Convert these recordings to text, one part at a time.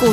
股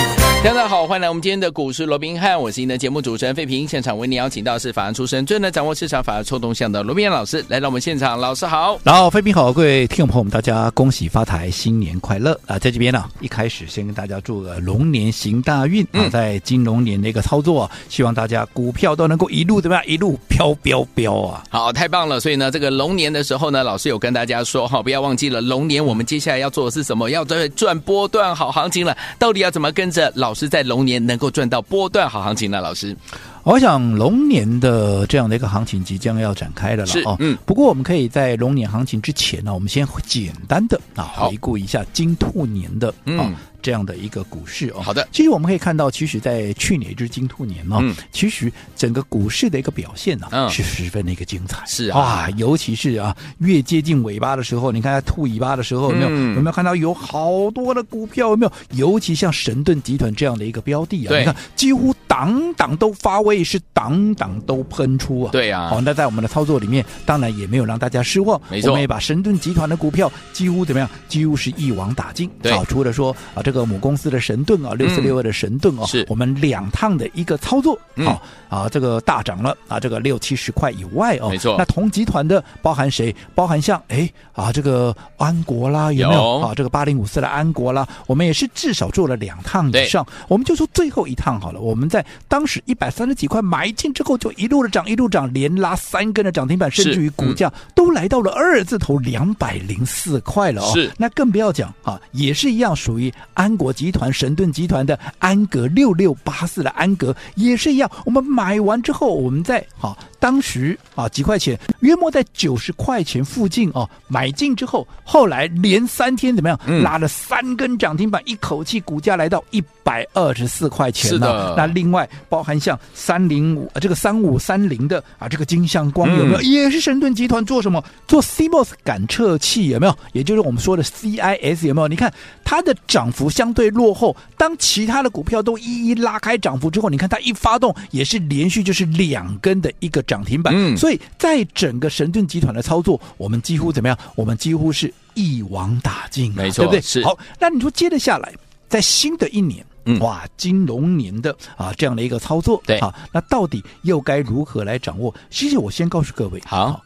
大家好，欢迎来我们今天的股市罗宾汉，我是您的节目主持人费平。现场为您邀请到是法案出身、最能掌握市场法案臭动向的罗宾汉老师来到我们现场，老师好。然后，飞平好，各位听众朋友们，大家恭喜发财，新年快乐啊！在这边呢、一开始先跟大家祝个龙年行大运啊！嗯在金融年的一个操作、啊，希望大家股票都能够一路怎么样，一路飙飙飙啊！好，太棒了！所以呢，这个龙年的时候呢，老师有跟大家说哈，不要忘记了龙年我们接下来要做的是什么？要在赚波段好行情了。到底要怎么跟着老师在龙年能够赚到波段好行情呢？老师，我想龙年的这样的一个行情即将要展开了了是哦。嗯，不过我们可以在龙年行情之前呢、我们先简单的啊好回顾一下金兔年的啊、嗯这样的一个股市哦。好的，其实我们可以看到，其实，在去年之金兔年呢、嗯其实整个股市的一个表现呢、嗯是十分的一个精彩。是啊哇，尤其是啊，越接近尾巴的时候，你看它兔尾巴的时候，有没有、嗯有没有看到有好多的股票？有没有？尤其像神盾集团这样的一个标的啊，对你看几乎档档都发威，是档档都喷出啊。对啊好、那在我们的操作里面，当然也没有让大家失望，没错我们也把神盾集团的股票几乎怎么样，几乎是一网打尽。对嗯好，除了说啊，这个母公司的神盾啊，六四六二的神盾哦，是我们两趟的一个操作，嗯好、啊，这个大涨了啊，这个六七十块以外哦，没错那同集团的包含谁？包含像哎啊，这个安国啦，有没有有啊？这个八零五四的安国啦，我们也是至少做了两趟以上。我们就说最后一趟好了，我们在当时一百三十几块买进之后，就一路的涨，一路涨，连拉三根的涨停板，甚是至于股价都来到了二字头两百零四块了哦。是那更不要讲啊，也是一样属于安国集团、神盾集团的安格六六八四的安格也是一样。我们买完之后，我们在啊当时啊几块钱，约莫在九十块钱附近哦、买进之后，后来连三天怎么样、嗯拉了三根涨停板，一口气股价来到一百二十四块钱是了。的那另外包含像三零五这个三五三零的啊这个金相光有没有、嗯也哦是神盾集团做什么？做 CMOS 感测器有没有？也就是我们说的 CIS 有没有？你看它的涨幅相对落后，当其他的股票都一一拉开涨幅之后，你看它一发动也是连续就是两根的一个涨停板。嗯所以在整个神盾集团的操作，我们几乎怎么样？我们几乎是一网打尽啊、没错对不对？是好，那你说接着下来，在新的一年。嗯哇，金融年的啊这样的一个操作，对啊，那到底又该如何来掌握？其实我先告诉各位，好，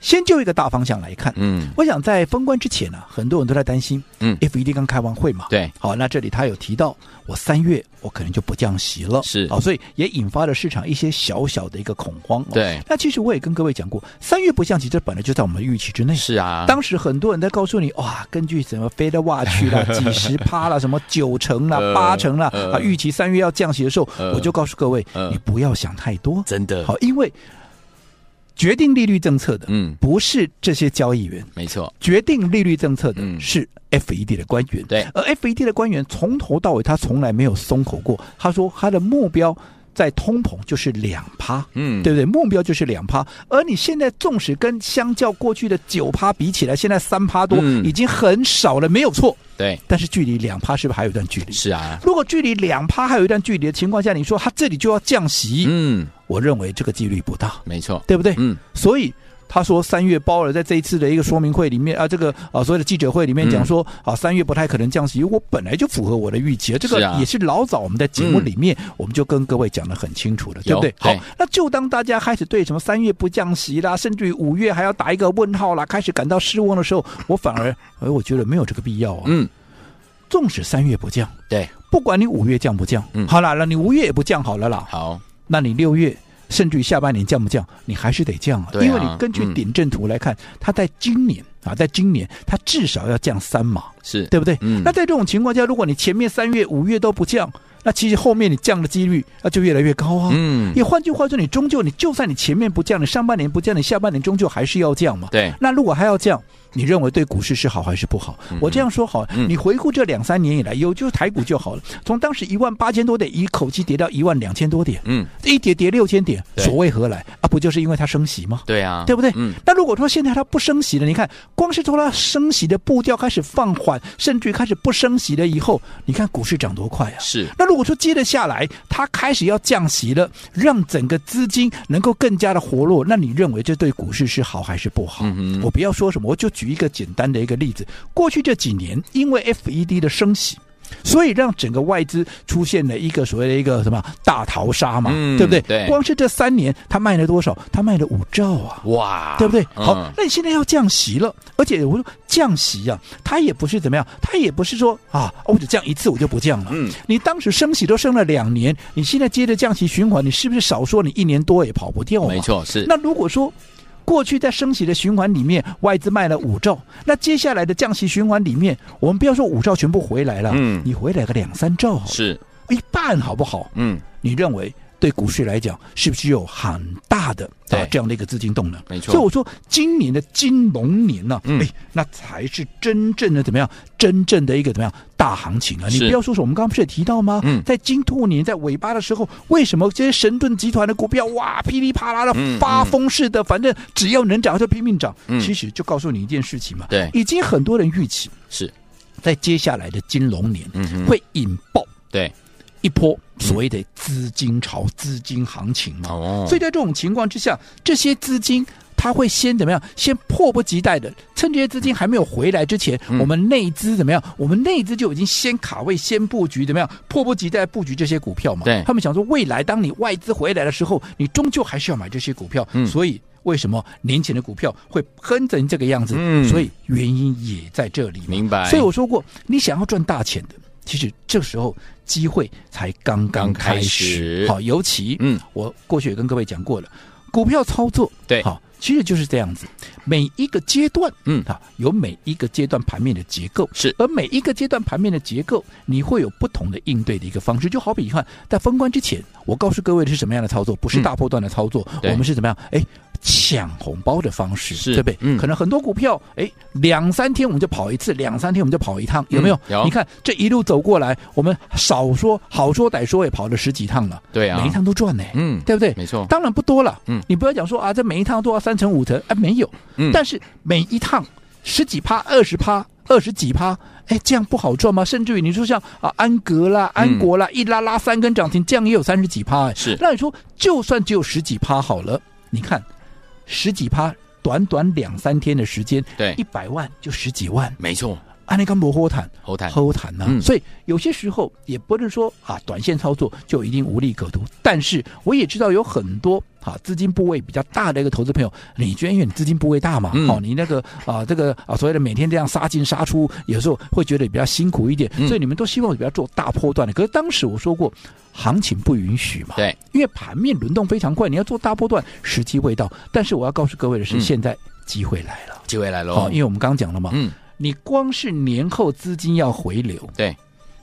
先就一个大方向来看，嗯，我想在封关之前呢、很多人都在担心，嗯，FED 刚开完会嘛，对，好，那这里他有提到，我三月我可能就不降息了，是好，所以也引发了市场一些小小的一个恐慌、哦，对那其实我也跟各位讲过，三月不降息，这本来就在我们预期之内，是啊，当时很多人在告诉你，哇，根据什么 Fed Watch 啦、几十趴啦、什么九成啦、呃八成啦，呃啊，预期三月要降息的时候，呃我就告诉各位，呃你不要想太多。真的，好，因为决定利率政策的，嗯，不是这些交易员，没错，决定利率政策的嗯是 FED 的官员。对而 FED 的官员从头到尾他从来没有松口过，他说他的目标在通膨就是两趴。嗯，对不对？目标就是两趴，而你现在纵使跟相较过去的九趴比起来，现在三趴多、嗯已经很少了，没有错。对，但是距离两趴是不是还有一段距离？是啊，如果距离两趴还有一段距离的情况下，你说它这里就要降息，嗯，我认为这个几率不大，没错，对不对？嗯，所以他说三月鲍尔在这一次的一个说明会里面啊，这个啊所谓的记者会里面讲说、啊，三月不太可能降息，我本来就符合我的预期，嗯这是个啊也是老早我们在节目里面、我们就跟各位讲的很清楚了，对不对有？好对，那就当大家开始对什么三月不降息啦，甚至于五月还要打一个问号啦，开始感到失望的时候，我反而哎，我觉得没有这个必要啊，嗯，纵使三月不降，对，不管你五月降不降，嗯好啦，那你五月也不降好了啦，好，那你六月甚至于下半年降不降，你还是得降啊，对啊因为你根据嗯点阵图来看，它在今年啊，在今年它至少要降三码，是，对不对？嗯那在这种情况下，如果你前面三月、五月都不降，那其实后面你降的几率那就越来越高啊。嗯，也换句话说，你终究你就算你前面不降，你上半年不降，你下半年终究还是要降嘛。对，那如果还要降，你认为对股市是好还是不好？嗯我这样说好，你回顾这两三年以来，有就是台股就好了，从当时一万八千多点一口气跌到一万两千多点，嗯，一跌跌六千点，对所谓何来啊？不就是因为它升息吗？对啊，对不对？嗯，那如果说现在它不升息了，你看，光是从它升息的步调开始放缓，甚至于开始不升息了以后，你看股市涨多快啊！是那如果说接着下来，它开始要降息了，让整个资金能够更加的活络，那你认为这对股市是好还是不好？嗯哼我不要说什么，我就举一个简单的一个例子。过去这几年，因为 FED 的升息。所以让整个外资出现了一个所谓的一个什么大逃杀嘛，嗯对不对？对光是这三年，它卖了多少？它卖了五兆啊！哇，对不对？嗯好，那你现在要降息了，而且我说降息啊，它也不是怎么样，它也不是说啊，我只降一次我就不降了。嗯，你当时升息都升了两年，你现在接着降息循环，你是不是少说你一年多也跑不掉嘛？啊没。错，是那如果说过去在升息的循环里面，外资卖了五兆，那接下来的降息循环里面，我们不要说五兆全部回来了，嗯你回来个两三兆好了，是，一半好不好？嗯，你认为对股市来讲，是不是有很大的对啊这样的一个资金动能？没错所以我说，今年的金龙年呢、嗯哎，那才是真正的怎么样？真正的一个怎么样大行情啊！你是不要说是我们刚刚不是也提到吗？嗯在金兔年在尾巴的时候，为什么这些神盾集团的股票哇噼里啪啦的嗯发疯似的，反正只要能涨就拼命涨？嗯其实就告诉你一件事情嘛，对已经很多人预期是，在接下来的金龙年、嗯哼，会引爆。对，一波所谓的资金潮、资金行情嘛。哦所以在这种情况之下，这些资金。它会先怎么样？先迫不及待的，趁这些资金还没有回来之前，嗯我们内资怎么样？我们内资就已经先卡位、先布局，怎么样？迫不及待布局这些股票嘛。对他们想说，未来当你外资回来的时候，你终究还是要买这些股票。嗯所以为什么年前的股票会喷成这个样子？嗯所以原因也在这里嘛。明白所以我说过，你想要赚大钱的，其实这时候机会才刚刚刚开开始始。好，尤其嗯嗯，我过去也跟各位讲过了，股票操作对好，其实就是这样子，每一个阶段，嗯啊，有每一个阶段盘面的结构是而每一个阶段盘面的结构，你会有不同的应对的一个方式。就好比你看，在封关之前，我告诉各位的是什么样的操作，不是嗯大波段的操作，对我们是怎么样？哎。抢红包的方式，是对不对？嗯可能很多股票，哎，两三天我们就跑一次，两三天我们就跑一趟，有没有？嗯有你看这一路走过来，我们少说好说歹说也跑了十几趟了，对啊每一，趟都赚呢、嗯，对不对？没错，当然不多了，嗯你不要讲说啊，这每一趟都要三成五成，哎，没有，嗯但是每一趟十几趴、二十趴、二十几趴，哎，这样不好赚吗？甚至于你说像啊安格啦、嗯安国啦，一拉拉三根涨停，这样也有三十几趴，哎，是那你说就算只有十几趴好了，你看十几趴，短短两三天的时间，对一百万就十几万，没错，安利干摩豁坦，侯台，偷谈呐、嗯啊所以有些时候也不是说啊，短线操作就一定无利可图。但是我也知道有很多啊资金部位比较大的一个投资朋友，你觉得因为你资金部位大嘛，嗯哦，你那个啊这个啊所谓的每天这样杀进杀出，有时候会觉得比较辛苦一点，嗯所以你们都希望比较做大波段的。可是当时我说过，行情不允许嘛，对，因为盘面轮动非常快，你要做大波段时机未到。但是我要告诉各位的是，嗯现在机会来了。机会来喽好、，因为我们刚刚讲了嘛，嗯，你光是年后资金要回流，对，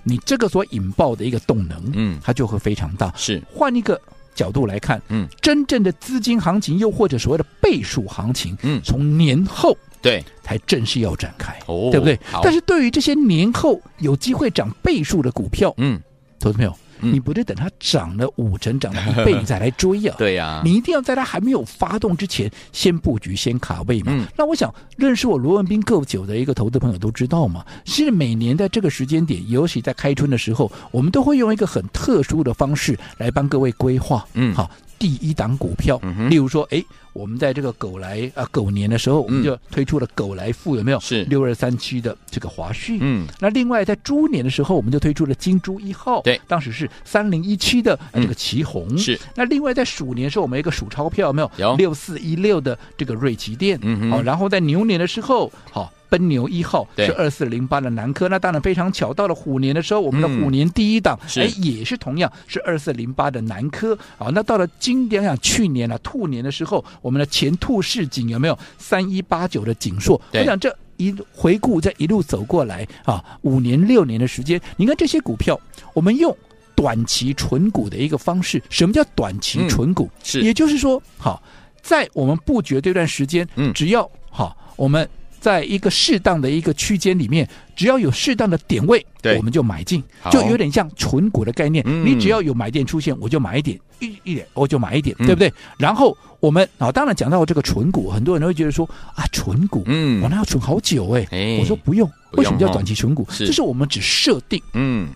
你这个所引爆的一个动能，嗯它就会非常大。是，换一个角度来看，嗯，真正的资金行情，又或者所谓的倍数行情，嗯从年后对，才正式要展开，哦对不对？好但是对于这些年后有机会涨倍数的股票，嗯，投资朋友，嗯你不是等它涨了五成、涨了一 倍你再来追呀、对啊呀，你一定要在它还没有发动之前，先布局、先卡位嘛。嗯那我想，认识我罗文斌够久的一个投资朋友都知道嘛，其实每年在这个时间点，尤其在开春的时候，我们都会用一个很特殊的方式来帮各位规划。嗯好。第一档股票，嗯哼例如说，哎，我们在这个狗来啊、狗年的时候，我们就推出了狗来富，有没有？嗯是六二三七的这个华旭，嗯，那另外在猪年的时候，我们就推出了金猪一号，对当时是三零一七的呃嗯这个旗红、是。那另外在鼠年的时候，我们有一个鼠钞票，有没有？有六四一六的这个瑞奇店，嗯哼好、然后在牛年的时候，好、奔牛一号对是二四零八的南科，那当然非常巧，到了虎年的时候，我们的嗯虎年第一档，哎是也是同样是二四零八的南科，好、那到了今年啊，去年啊兔年的时候，我们的前兔市井有没有三一八九的景硕？对我想这一回顾这一路走过来啊，五年六年的时间，你看这些股票，我们用短期存股的一个方式。什么叫短期存股？嗯是也就是说，好，在我们布局这段时间，嗯只要好我们。在一个适当的一个区间里面，只要有适当的点位，对我们就买进好，就有点像纯股的概念。嗯你只要有买点出现，我就买一点，一一点我就买一点，嗯对不对？然后我们啊，当然讲到这个纯股，很多人会觉得说啊，纯股，嗯我那要存好久哎、哎我说不用，不用为什么叫哦短期纯股？是就是我们只设定嗯，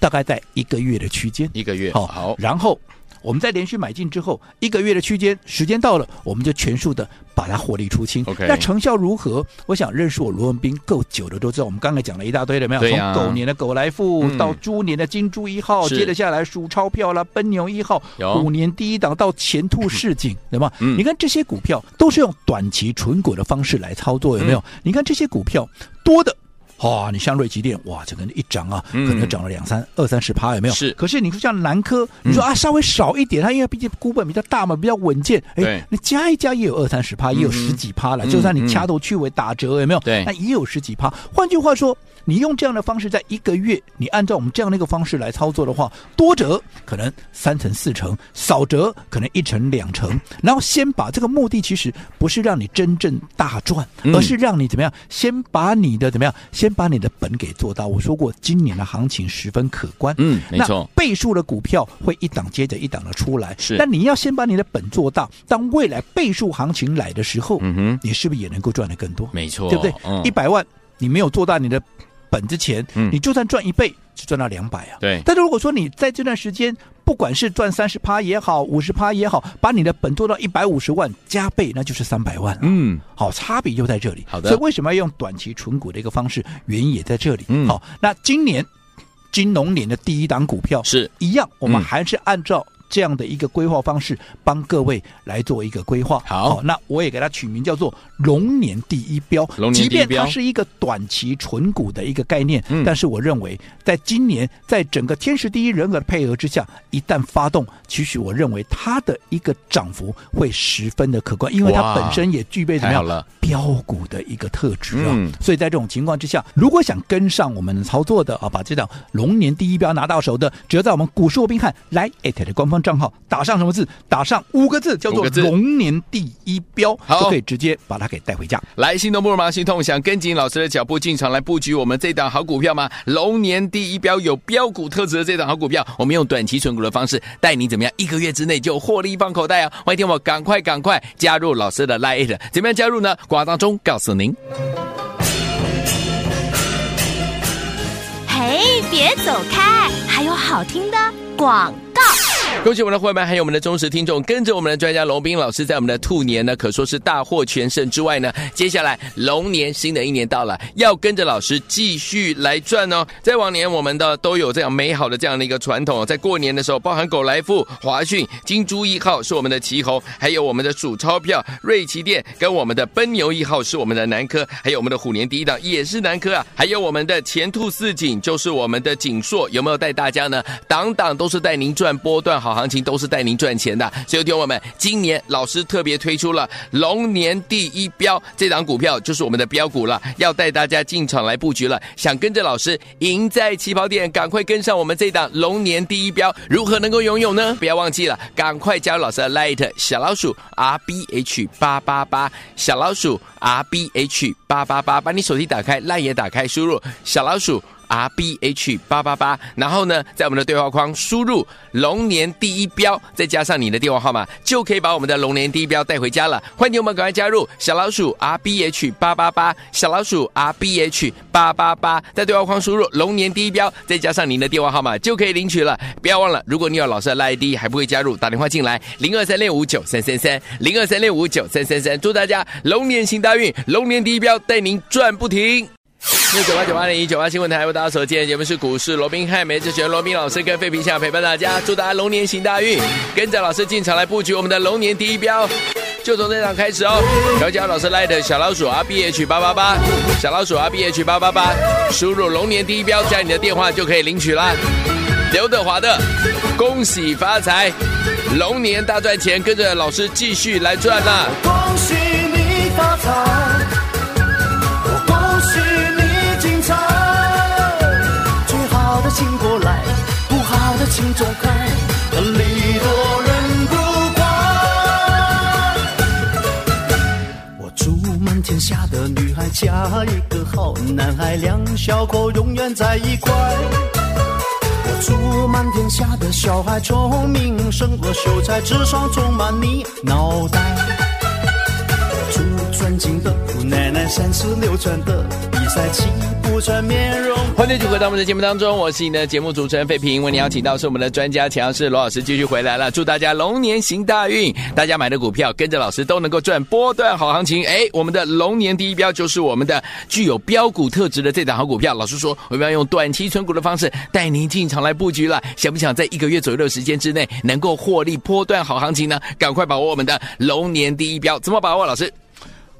大概在一个月的区间。一个月好，然后我们在连续买进之后，一个月的区间，时间到了，我们就全数的把它获利出清。 OK 那成效如何？我想认识我罗文斌够久的都知道，我们刚才讲了一大堆了，有没有？对呀从狗年的狗来富、嗯到猪年的金猪一号，是接着下来数钞票啦、奔牛一号，有虎年第一档到前兔市井，对吗？嗯你看这些股票都是用短期纯股的方式来操作，有嗯没有？你看这些股票多的。哇、你像瑞吉电，哇，这个一涨啊，嗯可能涨了两三二三十趴，有没有？是嗯可是你说像南科，你说啊稍微少一点，它因为毕竟股本比较大嘛，比较稳健。对哎，那加一加也有二三十趴，也有十几趴了。嗯就算你掐头去尾打折，有没有？对那也有十几趴。换句话说，你用这样的方式，在一个月，你按照我们这样的一个方式来操作的话，多折可能三成四成，少折可能一成两成。然后先把这个目的，其实不是让你真正大赚，嗯而是让你怎么样，先把你的怎么样，先把你的本给做到。我说过，今年的行情十分可观。嗯，没错，，倍数的股票会一档接着一档的出来，是但你要先把你的本做大，当未来倍数行情来的时候，嗯哼，你是不是也能够赚得更多？没错，对不对？一、百万你没有做大你的本之前，嗯你就算赚一倍，只赚到两百啊。对，但是如果说你在这段时间，不管是赚三十趴也好，五十趴也好，把你的本做到一百五十万加倍，那就是三百万了。嗯，好，差别就在这里。好的所以为什么要用短期存股的一个方式？原因也在这里。嗯好，那今年金龙年的第一档股票是一样，我嗯们还是按照这样的一个规划方式，帮各位来做一个规划。好那我也给它取名叫做“龙年第一标”。龙年第一即便标它是一个短期纯股的一个概念，嗯但是我认为，在今年在整个天时地利人和的配合之下，一旦发动，其实我认为它的一个涨幅会十分的可观，因为哇它本身也具备怎么太好样了，标股的一个特质啊。嗯所以在这种情况之下，如果想跟上我们的操作的啊，把这档龙年第一标拿到手的，只要在我们股市罗宾汉 Line at 哎的官方账号打上什么字，打上五个字，叫五做个字龙年第一标，好就可以直接把它给带回家。来，心动不如马上心动，想跟紧老师的脚步进场来布局我们这档好股票吗？龙年第一标有标股特质的这档好股票，我们用短期存股的方式带你怎么样？一个月之内就获利放口袋啊！欢迎听我赶快赶快加入老师的 Line，怎么样加入呢？广告当中告诉您。嘿，别走开，还有好听的广告。恭喜我们的会员，还有我们的忠实听众，跟着我们的专家龙斌老师，在我们的兔年呢，可说是大获全胜之外呢，接下来龙年新的一年到了，要跟着老师继续来赚哦。在往年我们的都有这样美好的这样的一个传统，哦在过年的时候，包含狗来富、华讯、金猪一号是我们的旗红，还有我们的数钞票、瑞奇店跟我们的奔牛一号是我们的南科，还有我们的虎年第一档也是南科啊，还有我们的前兔似锦就是我们的锦硕，有没有带大家呢？档档都是带您赚波段好行情，都是带您赚钱的。所以，听众朋友们，今年老师特别推出了龙年第一标，这档股票就是我们的标股了，要带大家进场来布局了。想跟着老师赢在起跑点，赶快跟上我们这档龙年第一标，如何能够拥有呢？不要忘记了，赶快加入老师的 Light 小老鼠 R B H 八八八小老鼠 R B H 八八八，把你手机打开，Light 也打开，输入小老鼠。R B H 八八八，然后呢，在我们的对话框输入“龙年第一标”，再加上你的电话号码，就可以把我们的龙年第一标带回家了。欢迎你们赶快加入小老鼠 R B H 八八八，小老鼠 R B H 八八八，在对话框输入“龙年第一标”，再加上您的电话号码，就可以领取了。不要忘了，如果你有老师的 l ID 还不会加入，打电话进来零二三六五九三三三零二三六五九三三三，祝大家龙年行大运，龙年第一标带您赚不停。六九八九八零一九八新闻台为大家所见，节目是股市罗宾汉，梅志璇罗宾老师跟费平想陪伴大家，祝大家龙年行大运，跟着老师进场来布局我们的龙年第一标，就从这场开始哦。调教老师赖的小老鼠 R B H 八八八，小老鼠 R B H 八八八，输入龙年第一标加你的电话就可以领取啦。刘德华的恭喜发财，龙年大赚钱，跟着老师继续来赚啦。恭喜你发财，我恭喜你精彩。最好的请过来，不好的请走开，礼多人不怪。我祝满天下的女孩嫁一个好男孩，两小口永远在一块。我祝满天下的小孩聪明胜过秀才，智商充满你脑袋。祝尊敬的姑奶奶三十六转的比赛气不喘面容。欢迎继续回到我们的节目当中，我是你的节目主持人费平。为你邀请到是我们的专家强势罗老师继续回来了，祝大家龙年行大运，大家买的股票跟着老师都能够赚波段好行情。哎，我们的龙年第一标就是我们的具有标股特质的这档好股票。老师说，我们要用短期存股的方式带您进场来哎布局了，想不想在一个月左右的时间之内能够获利波段好行情呢？赶快把握我们的龙年第一标，怎么把握？老师，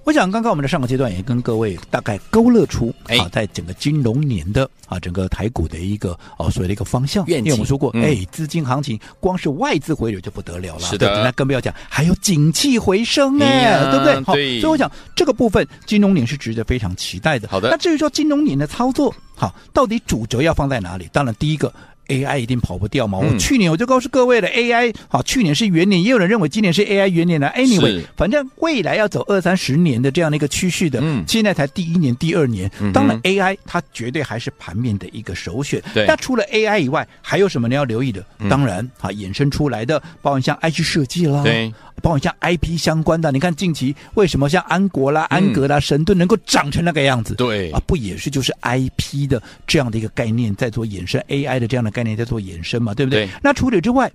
我想，刚刚我们的上个阶段也跟各位大概勾勒出哎啊，在整个金融年的啊，整个台股的一个哦，所谓的一个方向。愿景因为我们说过，嗯哎，资金行情光是外资回流就不得了了，是的对不对那更不要讲，还有景气回升哎哎呀，对不对？好，所对以我想这个部分金融年是值得非常期待的。好的那至于说金融年的操作，好，到底主轴要放在哪里？当然，第一个。AI 一定跑不掉嘛！嗯我去年我就告诉各位了，AI 好，去年是元年，也有人认为今年是 AI 元年了、a n y w a y 是反正未来要走二三十年的这样的一个趋势的，嗯现在才第一年、第二年嗯哼，当然 AI 它绝对还是盘面的一个首选。对嗯那除了 AI 以外，还有什么你要留意的？当然啊，衍生出来的，包括像 IG 设计啦，对，包括像 IP 相关的，你看近期为什么像安国啦、安格啦、神盾能够长成那个样子？嗯对啊，不也是就是 IP 的这样的一个概念在做衍生，AI 的这样的概念在做衍生嘛，对不对？对那除此之外，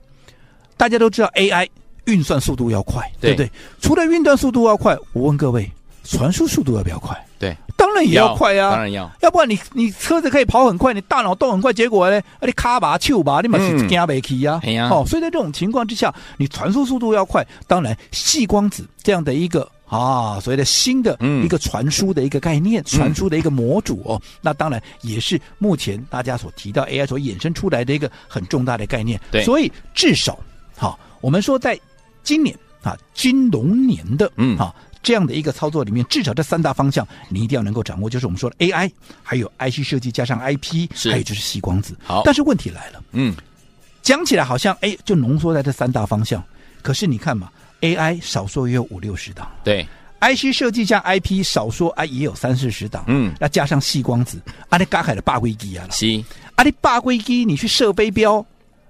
大家都知道 AI 运算速度要快，对对不对？除了运算速度要快，我问各位，传输速度要不要快？对，当然也要快啊，当然要，要不然你你车子可以跑很快，你大脑动很快，结果呢，啊你卡吧、手吧，你嘛是嗯惊不起呀哎、呀哦，所以在这种情况之下，你传输速度要快，当然细光子这样的一个。啊，所谓的新的嗯一个传输的一个概念，传输的一个模组哦，那当然也是目前大家所提到 AI 所衍生出来的一个很重大的概念。对所以至少好、我们说在今年啊金融年的嗯啊这样的一个操作里面，至少这三大方向你一定要能够掌握，就是我们说的 AI，还有 IC 设计加上 IP，是还有就是细光子。好但是问题来了，嗯，讲起来好像哎就浓缩在这三大方向，可是你看嘛，AI 少说也有五六十档。对， IC 设计加 IP 少说啊也有三四十档，嗯那加上细光子，啊那嘎海的霸龟机啊啦，七，啊你霸龟机你去射飞镖，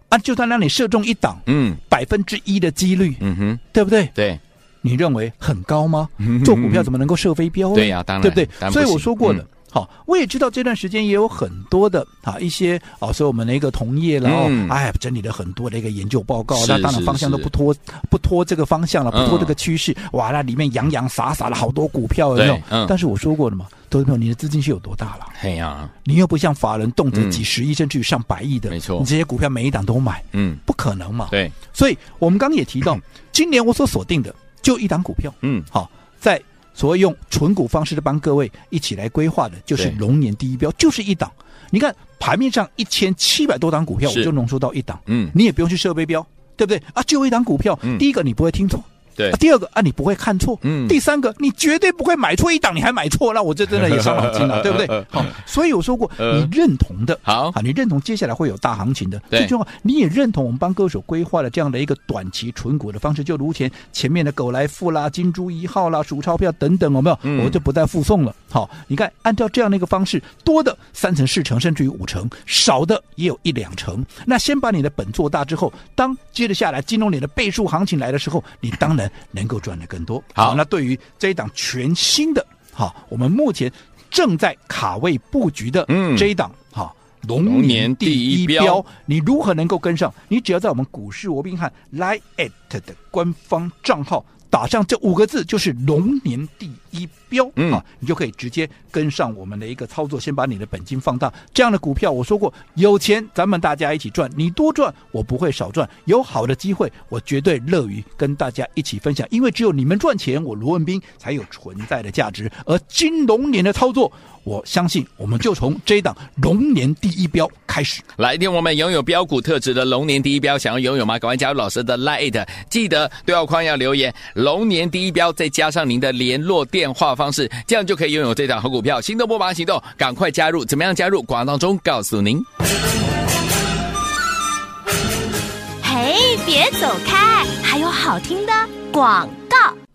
啊就算让你射中一档，嗯百分之一的几率，嗯哼，对不对？对，你认为很高吗？做股票怎么能够射飞镖呢？嗯对呀当然对不对当然不所以我行说过了嗯。好，我也知道这段时间也有很多的啊一些啊，所以我们的一个同业然后、嗯哎整理了很多的一个研究报告是，那当然是方向都是不脱不脱这个方向了，不脱嗯这个趋势，哇，那里面洋洋洒洒了好多股票，有没有对？嗯但是我说过了嘛，投资朋友，你的资金是有多大了？嘿呀，你又不像法人动辄嗯几十亿甚至于上百亿的，没错你这些股票每一档都买，嗯，不可能嘛？对，所以我们刚刚也提 到，今年我所锁定的就一档股票，嗯，好，在所谓用纯股方式的帮各位一起来规划的，就是对龙年第一标，就是一档。你看盘面上一千七百多档股票，是我就浓缩到一档，嗯你也不用去设备标，对不对啊？就一档股票，嗯第一个你不会听错。对啊第二个啊，你不会看错，嗯第三个你绝对不会买错一档，你还买错，那我这真的也伤脑筋了，对不 对？好，所以我说过，呃你认同的，好啊，你认同接下来会有大行情的，对最重要，你也认同我们帮各位所规划的这样的一个短期存股的方式，就如前前面的狗来富啦、金猪一号啦、数钞票等等，有没有？嗯我就不再附送了。好，你看，按照这样的一个方式，多的三成、四成，甚至于五成，少的也有一两成。那先把你的本做大之后，当接着下来金融年的倍数行情来的时候，你当然能够赚得更多。好那对于这一档全新的，好，我们目前正在卡位布局的嗯这一档，好。龙龙年年第第一一标标，你如何能够跟上？你只要在我们股市罗宾汉 Line at 的官方账号打上这五个字，就是龙年第一标，嗯啊，你就可以直接跟上我们的一个操作，先把你的本金放大。这样的股票，我说过，有钱咱们大家一起赚，你多赚，我不会少赚。有好的机会，我绝对乐于跟大家一起分享，因为只有你们赚钱，我罗文斌才有存在的价值。而金龙年的操作，我相信我们就从这一档龙年第一标开始。来，听我们拥有标股特质的龙年第一标，想要拥有吗？赶快加入老师的 Light，记得对话框要留言“龙年第一标”，再加上您的联络电话方式，这样就可以拥有这档好股票。心动不马上行动，赶快加入！怎么样加入？广告当中告诉您。嘿，别走开，还有好听的广告。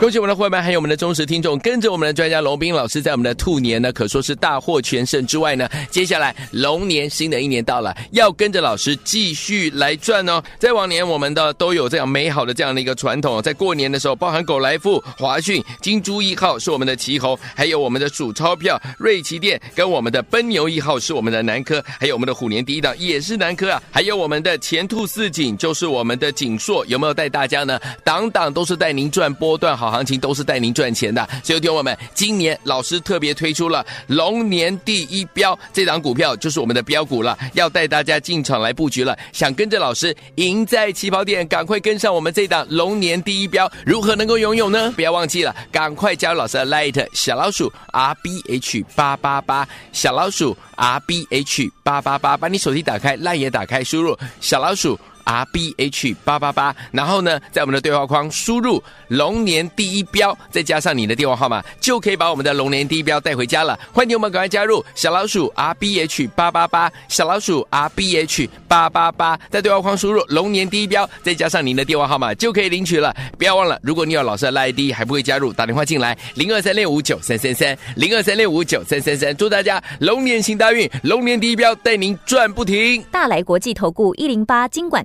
恭喜我们的伙伴，还有我们的忠实听众，跟着我们的专家龙斌老师，在我们的兔年呢，可说是大获全胜之外呢，接下来龙年新的一年到了，要跟着老师继续来赚哦。在往年我们的都有这样美好的这样的一个传统，哦在过年的时候，包含狗来富、华讯、金猪一号是我们的旗红，还有我们的数钞票、瑞奇店跟我们的奔牛一号是我们的南科，还有我们的虎年第一档也是南科啊，还有我们的前兔似锦就是我们的锦硕，有没有带大家呢？档档都是带您赚波段好行情，都是带您赚钱的。所以，听友们，今年老师特别推出了龙年第一标，这档股票就是我们的标股了，要带大家进场来布局了。想跟着老师赢在起跑点，赶快跟上我们这档龙年第一标，如何能够拥有呢？不要忘记了，赶快加入老师的 Light 小老鼠 R B H 八八八小老鼠 R B H 八八八，把你手机打开，Light 也打开，输入小老鼠。R B H 八八八，然后呢，在我们的对话框输入“龙年第一标”，再加上你的电话号码，就可以把我们的龙年第一标带回家了。欢迎我们赶快加入小老鼠 R B H 八八八，小老鼠 R B H 八八八，在对话框输入“龙年第一标”，再加上您的电话号码，就可以领取了。不要忘了，如果你有老师的 ID 还不会加入，打电话进来零二三六五九三三三零二三六五九三三三，祝大家龙年行大运，龙年第一标带您赚不停。大来国际投顾一零八金管